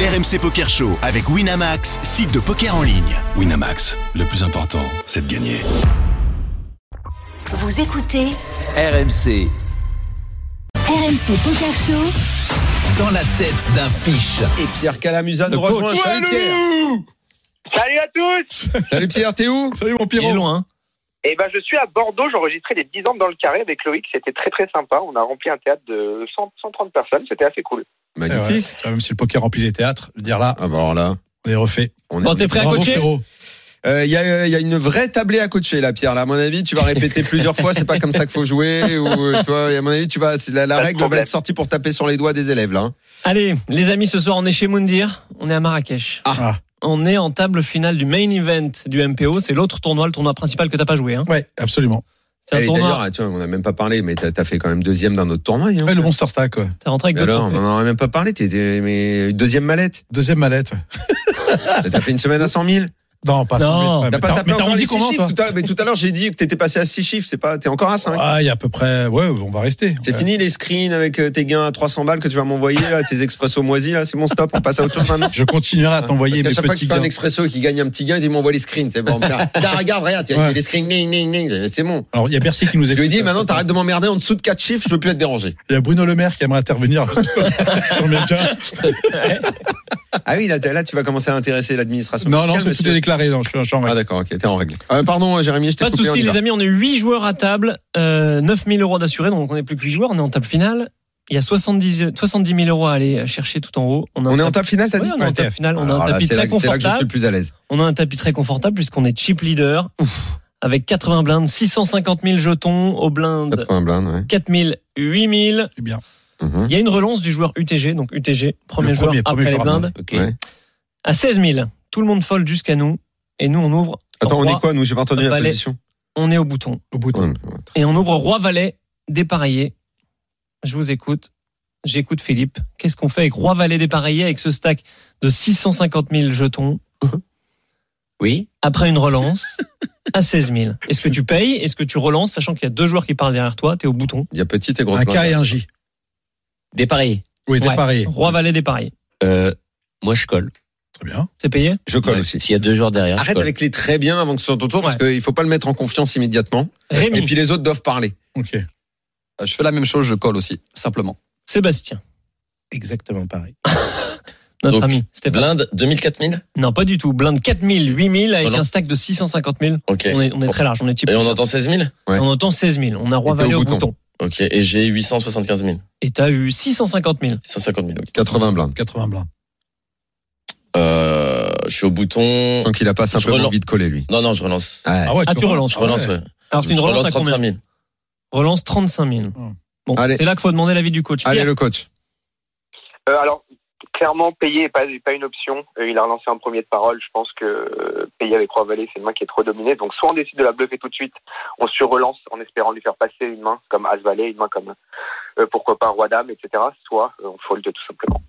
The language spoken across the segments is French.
RMC Poker Show avec Winamax, site de poker en ligne. Winamax, le plus important, c'est de gagner. Vous écoutez RMC, RMC Poker Show. dans la tête d'un fiche. Et Pierre Calamusa nous rejoint. Salut Pierre. Salut à tous Salut Pierre, t'es où Salut mon Pierrot. loin. Eh ben, je suis à Bordeaux, j'ai enregistré les 10 ans dans le carré avec Loïc, c'était très très sympa, on a rempli un théâtre de 100 130 personnes, c'était assez cool. Magnifique. Ah, même si le poker remplit les théâtres, je veux dire là, Ah bah alors là, on est refait. on est. Bon, t'es prêt à Bravo, coacher frérot. Euh, Il y, a, euh, il y a une vraie tablée à coacher là, Pierre. Là, à mon avis, tu vas répéter plusieurs fois. C'est pas comme ça qu'il faut jouer. Ou euh, tu vois, à mon avis, tu vas. c'est La, la Pas de règle va problème. être sortie pour taper sur les doigts des élèves là. hein. Allez, les amis, ce soir, on est chez Moundir. On est à Marrakech. Ah. On est en table finale du main event du MPO. C'est l'autre tournoi, le tournoi principal que t'as pas joué. Hein. Ouais, absolument. C'est un Et tournoi. Eh, D'ailleurs, tu vois, on n'a même pas parlé, mais t'as as fait quand même deuxième dans notre tournoi. hein. Ouais, le Monster Stack, ouais. T'es rentré avec Mais deux alors, on trophées. n'en a même pas parlé. T'es t'es- mais deuxième mallette. Deuxième mallette. ouais. T'as fait une semaine à 100 000. Non, pas Non. cent mille, ouais, T'as Ah. mais pas t'as- tapé Mais t'as encore rendu les six comment chiffres toi tout à, Mais tout à l'heure, j'ai dit que t'étais passé à 6 chiffres. C'est pas. T'es encore à 5 Ah, il y a à peu près. Ouais, on va rester. C'est Ouais. fini les screens avec euh, tes gains à 300 balles que tu vas m'envoyer, là, tes expressos moisis, là, c'est bon, stop, on passe à autre chose maintenant. Je continuerai à t'envoyer Parce qu'à chaque mes fois que tu petits fais un gars. expresso qui gagne un petit gain, il dit m'envoie les screens. C'est bon, frère. Tiens, regarde, regarde, il y a Ouais. les screens, ning, ning, ning, c'est bon. Alors, il y a Bercy qui nous Je écoute. lui ai dit, maintenant, t'arrêtes de m'emmerder en dessous de 4 chiffres, je veux plus être dérangé. Il y a Bruno Le Maire qui aimerait intervenir sur Medja. Ah oui, là, t'es- là, tu vas commencer à intéresser l'administration. Non, non, fiscale, c'est tout est monsieur. déclaré. Non, je suis je suis en Ah règle. d'accord, ok, t'es en règle. Euh, pardon, euh, Jérémy, je t'ai Pas de coupé. on y souci, va. les amis. On est 8 joueurs à table, euh, 9000 euros d'assurés, donc on est plus que 8 joueurs. On est en table finale. Il y a 70, 70 000 euros à aller chercher tout en haut. a un On est en tapis- table finale, t'as dit Ouais, on est en Ouais, table TF. finale. On a Alors un là, tapis c'est très là- c'est là que je suis confortable. le plus à l'aise. On a un tapis très confortable puisqu'on est chip leader avec 80 blindes, 650 000 jetons au blind, 80 blindes, ouais. 4 000, 8 000. C'est bien. Mhm. Il y a une relance du joueur UTG, donc UTG, premier, Le joueur premier, après premier les joueur blindes, blindes. Ok. Ouais. à 16 000. Tout le monde fold jusqu'à nous et nous on ouvre. Attends, on roi, est quoi, nous J'ai pas entendu la Valet. position. On est au bouton Au bout de Ouais, et on ouvre roi valet dépareillé. Je vous écoute. J'écoute Philippe. Qu'est-ce qu'on fait avec roi valet dépareillé avec ce stack de 650 000 jetons Oui. après une relance à 16 000 Est-ce que tu payes Est-ce que tu relances sachant qu'il y a deux joueurs qui parlent derrière toi, t'es au bouton. Il y a petite et grosse Un blinde. K et un J. Dépareillé. Oui, Ouais. dépareillé. Roi valet dépareillé. Euh, moi, je colle. Très bien. C'est payé Je colle Ouais, aussi. S'il y a deux joueurs derrière. je Arrête colle. avec les très bien avant que ce soit ton tour, parce qu'il faut pas le mettre en confiance immédiatement. Rémi, Et puis les autres doivent parler. Ok. Euh, Je fais la même chose, je colle aussi, simplement. Sébastien, Exactement pareil. notre Donc, ami Stéphane. Blinde, 2000-4000 Non, pas du tout. Blinde 4000, 8000 avec Oh non. un stack de 650 000. Ok. On, est, on est très large, on est cheap. Et on entend 16 000 ouais. On entend 16 000. On a roi Et t'es valet au au bouton. bouton. Ok. Et j'ai 875 000. Et t'as eu 650 000. 650 000, ok. 80 blindes. 80 blindes. Euh, je suis au bouton. Tant qu'il a pas simplement relance. envie de coller, lui. Non, non, je relance. Ouais. ouais, Ah, tu relances. Je relance, ouais. ouais. Alors c'est une je relance, relance à combien 35 000. Relance 35 000. Hmm. Bon, Allez. c'est là qu'il faut demander l'avis du coach. Allez, Pierre, le coach. Euh, alors, clairement, payer n'est pas, est pas une option. Euh, il a relancé un premier de parole. Je pense que euh, payer avec Roi Valet, c'est une main qui est trop dominée. Donc, soit on décide de la bluffer tout de suite, on se relance en espérant lui faire passer une main comme As Valet, une main comme euh, pourquoi pas Roi Dame, etc. Soit euh, on fold tout simplement.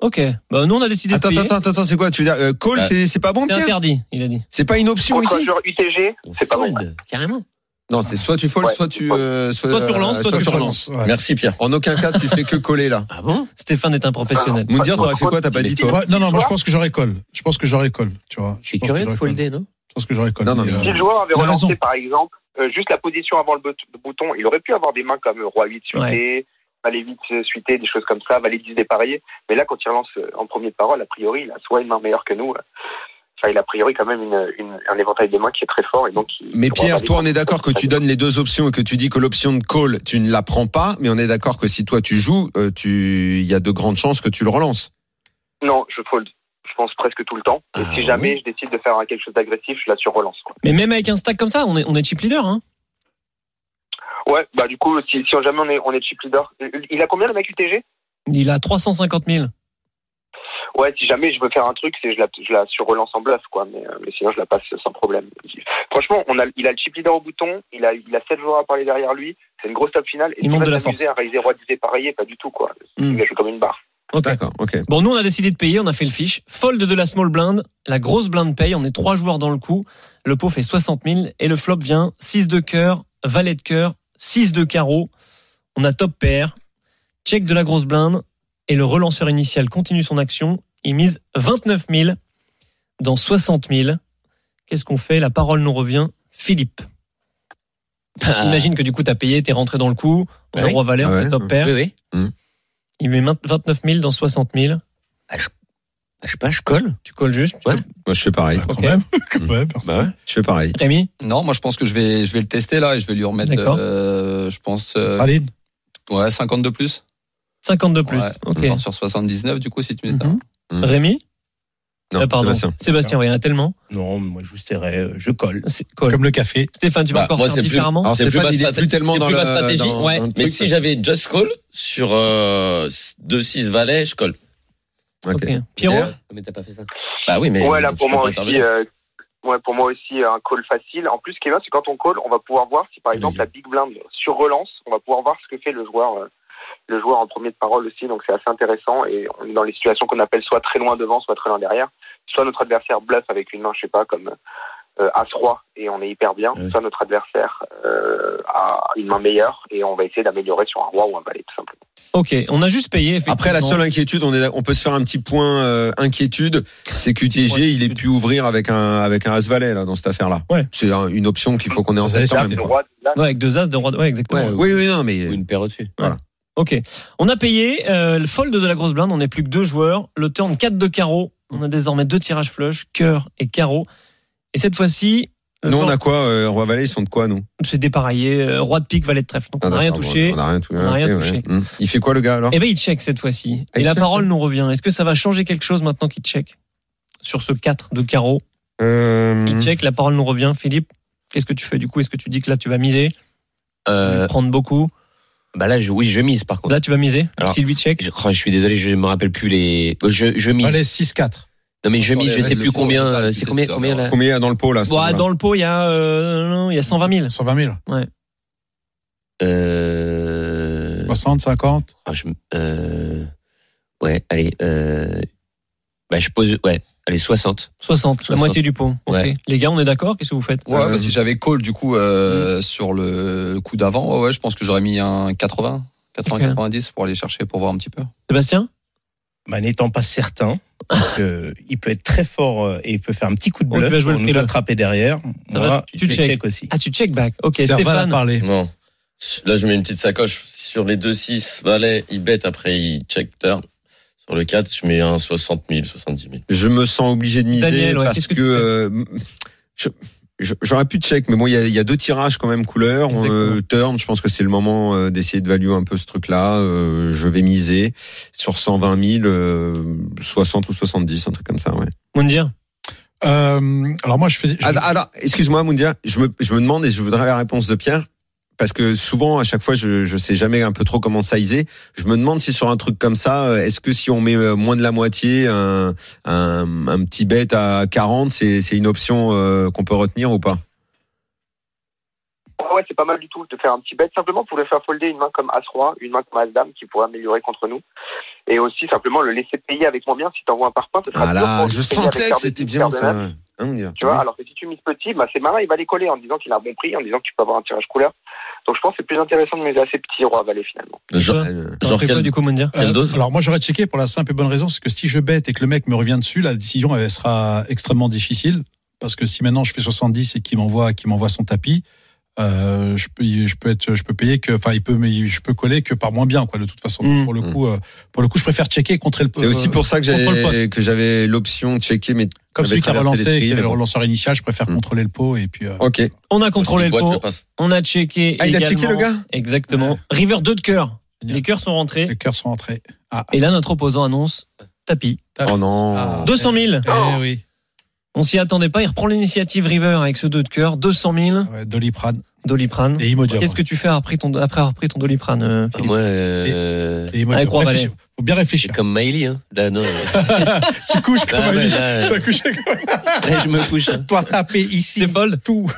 Ok. Bah, nous, on a décidé Attends, de payer. attends, attends, attends, c'est quoi Tu veux dire, euh, call, Euh, c'est- c'est pas bon, C'est Pierre interdit, il a dit. C'est pas une option Contre un ici joueur UTG, On c'est pas bon. fold, carrément. Non, c'est soit tu folles, Ouais. soit tu. euh, Soit tu relances, soit tu relances. Ouais. Merci, Pierre. En aucun cas, tu fais que coller, là. Ah bon Stéphane est un professionnel. Ah, Moudir, par t'aurais fait contre, quoi T'as pas il dit, était- toi Ouais, non, non, moi je pense que j'aurais call. Je pense que j'aurais call. Tu vois. Je suis pense curieux que de j'aurais call. folder, non Je pense que j'aurais call. Non, non, mais, mais- euh, Si le joueur avait Il a relancé, raison. par exemple, euh, juste la position avant le bout- le bouton, il aurait pu avoir des mains comme euh, Roi 8 suité, Valet 8 suité, des choses comme ça, Valet 10 dépareillé. Mais là, quand il relance euh, en premier de parole, a priori, il a soit une main meilleure que nous, euh, enfin, il a a priori quand même une, une- un éventail des mains qui est très fort. Et donc, il- Mais il doit Pierre, avoir toi, on des- est d'accord que tu donnes les deux options et que tu dis que l'option de call, tu ne la prends pas, mais on est d'accord que si toi tu joues, euh, tu, il y a de grandes chances que tu le relances. Non, je fold. Je pense presque tout le temps. Et Ah, si jamais je décide de faire euh, quelque chose d'agressif, je la surrelance. quoi. Mais même avec un stack comme ça, on est, on est chip leader. Hein. Ouais, bah du coup, si, si jamais on est, on est chip leader, euh, il a combien le mec UTG Il a 350 000. Ouais, si jamais je veux faire un truc, c'est je la, je la surrelance en bluff, quoi. Mais, euh, mais sinon, je la passe sans problème. Franchement, on a, il a le chip leader au bouton, il a, il a 7 joueurs à parler derrière lui. C'est une grosse top finale. Et Il manque va de la s'amuser à réaliser roi 10 dépareillé, pas du tout, quoi. Hmm. Il a joué comme une barre. Ok. D'accord, ok. Bon, nous, on a décidé de payer, on a fait le fiche. Fold de la small blind, la grosse blind paye, on est trois joueurs dans le coup. Le pot fait 60 000 et le flop vient 6 de cœur, valet de cœur, 6 de carreau. On a top pair, check de la grosse blinde et le relanceur initial continue son action Il mise 29 000 dans 60 000. Qu'est-ce qu'on fait La parole nous revient. Philippe. Bah, Imagine que du coup, t'as payé, t'es rentré dans le coup. On a Oui. roi valet, on Ah fait ouais. top pair. Oui, Hmm. oui. Il met 29 000 dans 60 000. Bah, je sais pas, je colle. Tu colles juste. Ouais. Moi, je fais pareil. Bah, quand Ok. même, quand même. Je fais pareil. Rémi Non, moi je pense que je vais, je vais le tester là et je vais lui remettre, D'accord. Ah, euh, je pense, euh, Allez, ouais, 50 de plus. 52 plus. Ouais, ok. je pars sur 79 du coup si tu mets ça. Mhm. Mm. Rémi Non, Ah, Pardon. Sébastien. Sébastien, oui, il y en a tellement. Non, moi je vous serais, je colle. C'est cool. comme le café. Stéphane, tu vas Bah, encore moi, faire c'est plus- différemment Alors, C'est Stéphane, plus il est ma plus stratégie. tellement C'est dans plus la ma stratégie. dans- Ouais. dans le Mais truc. si j'avais just call sur euh, 2-6 valet, je colle. Ok. Ok. Pierrot Mais t'as pas fait ça. Bah oui, mais. ouais, là, tu pour peux pas moi, aussi, intervenir. euh, ouais, pour moi aussi, euh, un call facile. En plus, ce qui est bien, c'est quand on call, on va pouvoir voir si, par exemple, la big blind sur relance, on va pouvoir voir ce que fait le joueur, euh, le joueur en premier de parole aussi. Donc, c'est assez intéressant. Et on est dans les situations qu'on appelle soit très loin devant, soit très loin derrière. Soit notre adversaire bluffe avec une main, je sais pas, comme euh, As-3 et on est hyper bien. Ouais. Soit notre adversaire euh, a une main meilleure et on va essayer d'améliorer sur un roi ou un valet, tout simplement. Ok, on a juste payé. effectivement. Après, la seule inquiétude, on, est, on peut se faire un petit point euh, inquiétude, c'est Petit point qu'UTG, il ait inquiétude. pu ouvrir avec un, avec un As-Valet là, dans cette affaire-là. Ouais. C'est un- une option qu'il faut qu'on ait en tête Vous allez quand faire même. Le roi, là, Ouais, avec deux as, deux rois. Ouais, exactement. Ouais, Oui, oui, non, mais Ou une paire au-dessus. Ok. On a payé euh, le fold de la grosse blinde. On n'est plus que deux joueurs. Le turn 4 de carreau. On a désormais deux tirages flush, cœur et carreau. Et cette fois-ci, le nous, on board, a quoi euh, Roi-Valet, ils sont de quoi, nous c'est dépareillé. euh, roi de pique, valet de trèfle. Donc on n'a rien Ah, d'accord, touché. On n'a rien, tou- On n'a rien ok, touché. ouais. Hum. Il fait quoi, le gars, alors Eh ben, il check cette fois-ci. Ah, Et il la check, parole nous revient. Est-ce que ça va changer quelque chose maintenant qu'il check Sur ce 4 de carreau, ben, Euh, il check, la parole nous revient. Philippe, qu'est-ce que tu fais du coup Est-ce que tu dis que là tu vas miser Euh, Prendre beaucoup bah là, je, oui, je mise par contre. Là tu vas miser Alors, Sylvie check Je, oh, je suis désolé, je me rappelle plus les. oh, Je, je mise. Allez, 6-4. Non mais je Sur mise, les je sais règles, plus c'est sur combien. le total, euh, tu C'est sais combien, tout à combien là Combien il y a dans le pot, là à ce Bon, ah, moment-là Dans le pot, il y a, euh, il y a 120 000. 120 000. hein. Euh... 60, 50. ah, je- euh, Ouais, allez. Euh... Bah je pose. Ouais, allez 60. 60, la 60. moitié du pot. Ok. Ouais. Les gars, on est d'accord Qu'est-ce que vous faites Ouais, Euh, hmm. bah, si j'avais call du coup euh, sur le coup d'avant, ouais, ouais, je pense que j'aurais mis un 80, 80, Ok. 90 pour aller chercher pour voir un petit peu. Sébastien Bah, N'étant pas certain, parce que il peut être très fort euh, et il peut faire un petit coup de Donc, bluff tu vas jouer pour le nous thriller. attraper derrière. Ça Moi, va, tu je check. check aussi. Ah, tu check back. Ok, Serval Stéphane. à parler. Non. Là, je mets une petite sacoche. Sur les 2-6 valet, il bet, après il check turn. Sur le 4, je mets un 60 000, 70 000. Je me sens obligé de miser Daniel, ouais, parce qu'est-ce que que, tu euh, je- je- j'aurais pu check, mais bon, il y a, il y a deux tirages quand même couleur. Exactement. Euh, turn, je pense que c'est le moment euh, d'essayer de value un peu ce truc-là. Euh, je vais miser sur 120 000, euh, 60 ou 70, un truc comme ça. Ouais. Moundir Euh, alors moi, je fais... je- Alors, Ah, alors, excuse-moi, Moundia, je me, je me demande et je voudrais la réponse de Pierre. Parce que souvent, à chaque fois, je je sais jamais un peu trop comment sizer. Je me demande si sur un truc comme ça, euh, est-ce que si on met euh, moins de la moitié, un, un, un petit bet à 40, c'est c'est une option euh, qu'on peut retenir ou pas Ah Ouais, ouais, c'est pas mal du tout de faire un petit bet simplement pour le faire folder une main comme As-Roi, une main comme As-Dame qui pourrait améliorer contre nous. Et aussi simplement le laisser payer avec moins bien si t'envoies un parpaing, ce sera Ah dur là, pour je lui de payer avec sentais paire que de c'était six, bien paire de ça. neuf, Hein, Moundir Tu vois, alors que si tu mises petit, bah, ces mains-là, il va les coller en disant qu'il a un bon prix, en disant que tu peux avoir un tirage couleur. Donc je pense que c'est plus intéressant de miser assez petit roi valet finalement. Genre, Toi, Ouais, euh, t'en genre fais quoi quel- du coup, Moundir Quelle dose Euh, alors moi j'aurais checké pour la simple et bonne raison, c'est que si je bête et que le mec me revient dessus, la décision elle sera extrêmement difficile parce que si maintenant je fais 70 et qu'il m'envoie qu'il m'envoie son tapis, euh, je peux je peux être je peux payer que enfin il peut mais je peux coller que par moins bien quoi de toute façon Mm. pour le coup euh, pour le coup je préfère checker contre le Mmh. C'est aussi pour ça que Contrôle j'avais pote. que j'avais l'option de checker, mais comme j'avais celui qui a traversé relancé l'esprit, qui est mais le bon. lanceur initial, je préfère Mm. contrôler le pot et puis euh, ok. On a contrôlé le Boîte, je pot, passe. on a checké. Ah, il a checké également. le gars Exactement. River 2 de cœur. Génial. Les cœurs sont rentrés. les cœurs sont rentrés. Ah, Et là, notre opposant annonce euh, tapis. Oh non. Ah. 200 000. eh oui, On s'y attendait pas. Il reprend l'initiative River avec ce 2 de cœur. 200 000. Ah ouais, Doliprane Doliprane. et Imodium. Qu'est-ce que tu fais après, ton, après avoir pris ton Doliprane, euh, Enfin, Philippe moi, euh... Et Imodium. Avec Roi Valet. Réfléchis. Faut bien j'ai réfléchir. Ah, comme Miley. Hein. Là, non. là, tu couches comme ouais, un là, T'as couché comme là, je me couche. hein. toi taper ici. C'est fold Tout.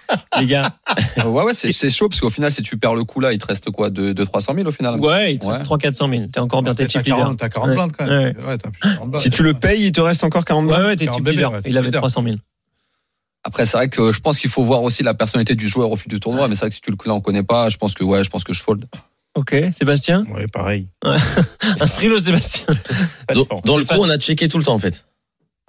Les gars. Euh, ouais, ouais, c'est c'est chaud parce qu'au final, si tu perds le coup là, il te reste quoi, de 300 000 au final. Ouais, il te reste Ouais. 3 400 000. T'es encore bien, t'es T'as chip leader. 40, t'as 40 Ouais. blindes quand même. Ouais, t'as plus de 40 blindes. Si tu le payes, il te reste encore 40 Ouais, balles. ouais, t'es chip 40 bébés, leader. ouais, Il avait leader. 300 000. Après, c'est vrai que je pense qu'il faut voir aussi la personnalité du joueur au fil du tournoi, mais c'est vrai que si tu le coup là, on connaît pas, je pense que ouais, je pense que je fold. Ok, Sébastien Ouais, pareil. Un frileux Sébastien. Pas de Dans, sport. dans le coup, Pas- on a checké tout le temps, en fait.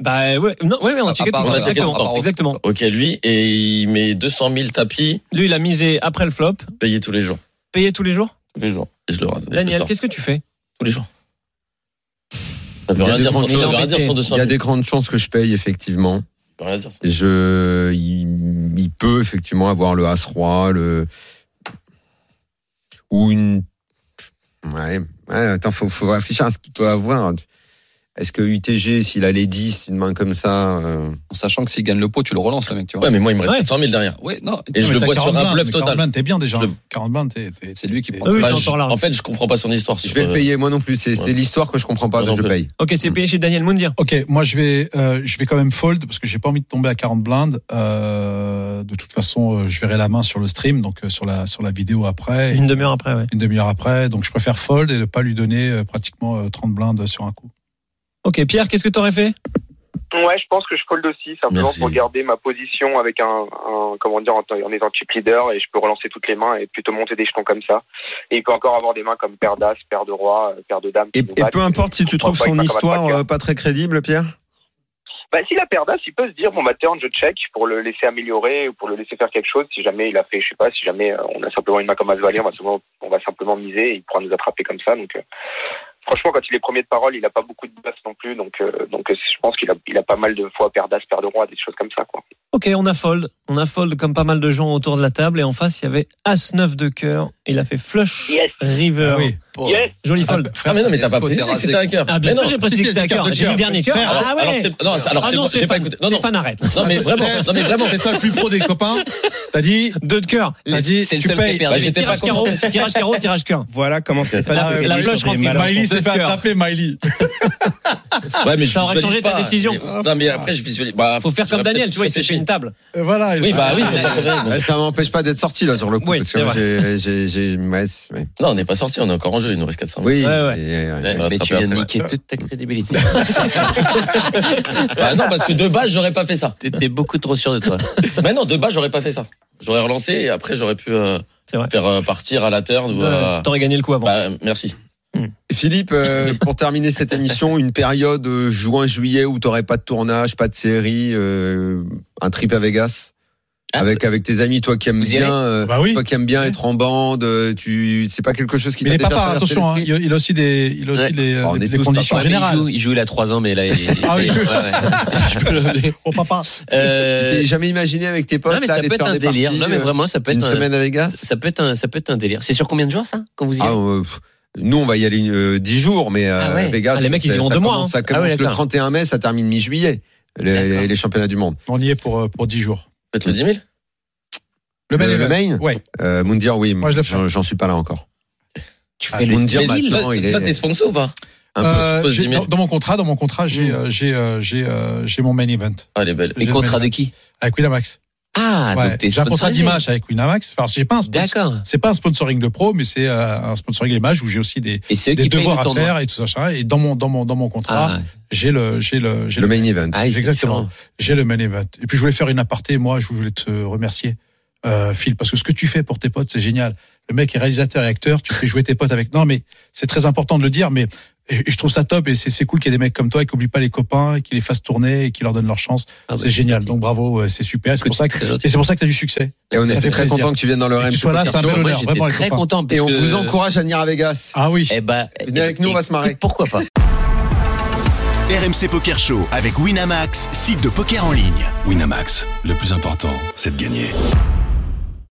Bah ouais, non, ouais, ouais, on a À- checké à part- tout le temps, on a checké tout le Exactement. temps. exactement. Ok, lui, et il met 200 000 tapis Lui, il a misé après le flop, payés tous les jours. payé tous les jours. Tous les jours. Et je le rate. et je le Daniel, sors. qu'est-ce que tu fais Tous les jours. Ça veut Il y a rien des dire sur grandes ça veut chances. rien dire sur 200 Il y a 000. des grandes chances que je paye, effectivement. Ça veut rien dire sur- Je, il, il peut effectivement avoir le As Roi, le ou une. Ouais, ouais, attends, faut, faut réfléchir à ce qu'il peut avoir. Est-ce que UTG, s'il a les 10, une main comme ça, euh, En sachant que s'il gagne le pot, tu le relances, le mec, tu vois. Ouais, mais moi, il me reste Ouais. 400 000 derrière. Ouais, non. Et je le vois sur un bluff total. t'es bien déjà. Je le- 40 blindes, t'es- t'es- C'est lui qui t'es- prend. Ah oui, Bah, t'es je- encore large. en fait, je comprends pas son histoire. je sur, vais euh, le payer moi non plus. C'est c'est ouais. l'histoire que je comprends pas, Moi donc je non plus. paye. Ok, c'est payé chez Daniel Mundir. Ok, moi je vais, euh, je vais quand même fold parce que j'ai pas envie de tomber à 40 blindes. Euh, de toute façon, euh, je verrai la main sur le stream, donc euh, sur la sur la vidéo après, Mm. Une demi-heure après, ouais. une demi-heure après. Donc je préfère fold et ne pas lui donner euh, pratiquement euh, 30 blindes sur un coup. Ok, Pierre, qu'est-ce que t'aurais fait Ouais, je pense que je fold aussi, simplement Merci. pour garder ma position avec un, un- comment dire, en, en étant chip leader et je peux relancer toutes les mains et plutôt monter des jetons comme ça. Et il peut encore avoir des mains comme paire d'as, paire de roi, euh, paire de dame. Et, et peu importe si tu trouves son histoire euh, pas très crédible, Pierre. Bah, si la paire d'as, il peut se dire, bon, bah, turn, je check pour le laisser améliorer ou pour le laisser faire quelque chose. Si jamais il a fait, je sais pas, si jamais euh, on a simplement une main comme as valet, on va, souvent, on va simplement miser et il pourra nous attraper comme ça. Donc, euh, franchement, quand il est premier de parole, il a pas beaucoup de bases non plus. Donc, euh, donc, euh, je pense qu'il a, il a pas mal de fois paire d'as, paire de roi, des choses comme ça, quoi. Ok, on a fold. On a fold comme pas mal de gens autour de la table. Et en face, il y avait As-9 de cœur. Il a fait flush Yes. Ah River. Yes! Joli fold. Ah, mais non, mais t'as pas Espo, précisé que terrassé. c'était un cœur. Ah, bien Mais sûr, non. j'ai précisé si, que si, c'était à cœur, cœur. J'ai dit cœur, dernier cœur. cœur. Alors, Ah alors ouais c'est- non, c'est- alors, Ah c'est- non, j'ai pas Stéphane. écouté. Non, non, Stéphane, arrête. non, mais vraiment, non, mais vraiment. C'est toi le plus pro des copains. T'as dit, Deux de cœur. Ah, t'as dit, C'est le tu seul qui a payes. perdu. Bah, j'étais pas Tirage carreau, concentré. tirage carreau, tirage cœur. Voilà comment Stéphane La- a la gagné cloche sur des rentre. malentendus. Miley s'est fait Cœur. attraper, Miley. Ouais, mais je Ça aurait visualise changé ta pas. décision. Mais- Non, mais après, je visualise. Bah, Faut faire comme j'aurais Daniel, peut-être tu vois, il s'est réfléchi. fait une table. Et Euh, voilà. Oui, bah oui. Ah, c'est pas vrai. Ouais, ça m'empêche pas d'être sorti là sur le coup. Oui, parce c'est que j'ai- vrai. j'ai- j'ai- ouais, c'est- ouais. Non, on n'est pas sorti, on est encore en jeu, il nous reste 400 Oui. Ouais, ouais. et- ouais. Ouais, on va Mais tu l'attraper viens de après. niquer toute ta crédibilité. Bah non, parce que de base, j'aurais pas fait ça. T'es beaucoup trop sûr de toi. Mais non, de base, j'aurais pas fait ça. J'aurais relancé et après, j'aurais pu euh, C'est vrai. faire euh, partir à la turn ou Euh, à. T'aurais gagné le coup avant. Bah, merci. Philippe, euh, pour terminer cette émission, une période euh, juin-juillet où tu n'aurais pas de tournage, pas de série, euh, un trip à Vegas Ah, avec, avec tes amis, toi qui aimes Vous y bien, euh, Bah oui. toi qui aimes bien Ouais. être en bande, euh, tu c'est pas quelque chose qui Mais t'a les déjà papas, traversé attention, hein, l'esprit il il a aussi des, il a aussi Ouais. des, On est des tous papas. conditions Bah, Ouais, mais Bah, il, générales. joue, il joue il a 3 ans, mais là, il, il- Ah oui. ouais, ouais. Je peux le- Oh papa. Tu t'es Euh, jamais imaginé avec tes potes non, mais là, ça aller peut être faire un des délire. parties, Non, mais euh, vraiment, ça peut une être un, semaine à Vegas Ah, ça peut être un, ça peut être un délire. C'est sur combien de jours, ça, quand vous y Ah, allez euh, pff, nous, on va y aller euh, 10 jours, mais euh, Ah ouais. Vegas, Ah, les mecs, ils ça- y vont ça deux mois, commence- hein. Ça commence Ah ouais, le d'accord. 31 mai, ça termine mi-juillet, les, D'accord. les championnats du monde. On y est pour, euh, pour 10 jours. Peut-être le 10 000 Le main Le- le event. main Ouais. Euh, Moundir, oui, Moi, je le fais. j'en j'en suis pas là encore. Tu ah, fais le Moundir, délire. maintenant, Toi, il est- toi, t'es sponsor ou pas Un Euh, peu, tu poses j'ai- 10 000. dans, dans mon contrat, dans mon contrat, Hmm. j'ai, euh, j'ai, euh, j'ai, euh, j'ai mon main event Ah, elle est belle. Les J'ai contrats le de main qui avec Winamax. Ah, Ouais. donc t'es J'ai un contrat sponsorisé. d'image avec Winamax. Enfin, j'ai pas un sponsor- D'accord. C'est pas un sponsoring de pro, mais c'est euh, un sponsoring d'image où j'ai aussi des, Et ceux des qui payent devoirs le à tournoi. faire et tout ça. ça. Et dans mon, dans mon, dans mon contrat, Ah, j'ai le, j'ai le, j'ai Le main event. ah, ils sont Exactement. différents. J'ai le main event. Et puis je voulais faire une aparté, moi, je voulais te remercier, euh, Phil, parce que ce que tu fais pour tes potes, c'est génial. Le mec est réalisateur et acteur, tu fais jouer tes potes avec. Non, mais c'est très important de le dire, mais et- et je trouve ça top et c'est c'est cool qu'il y ait des mecs comme toi et qui n'oublient pas les copains, et qui les fassent tourner et qui leur donnent leur chance. Ah, c'est bah, génial. Donc bravo, ouais, c'est super. Et C'est écoute, pour ça que très gentil. et c'est pour ça que tu as du succès. Et on Ça était fait très plaisir. content que tu viennes dans le Et que RMC. tu sois là, c'est un bel Moi, honneur. j'étais Vraiment, les très copains. content parce Et on que- vous encourage à venir à Vegas. Ah oui. Eh ben, Venez avec nous, on va se marrer. Pourquoi pas RMC Poker Show avec Winamax, site de poker en ligne. Winamax, le plus important, c'est de gagner.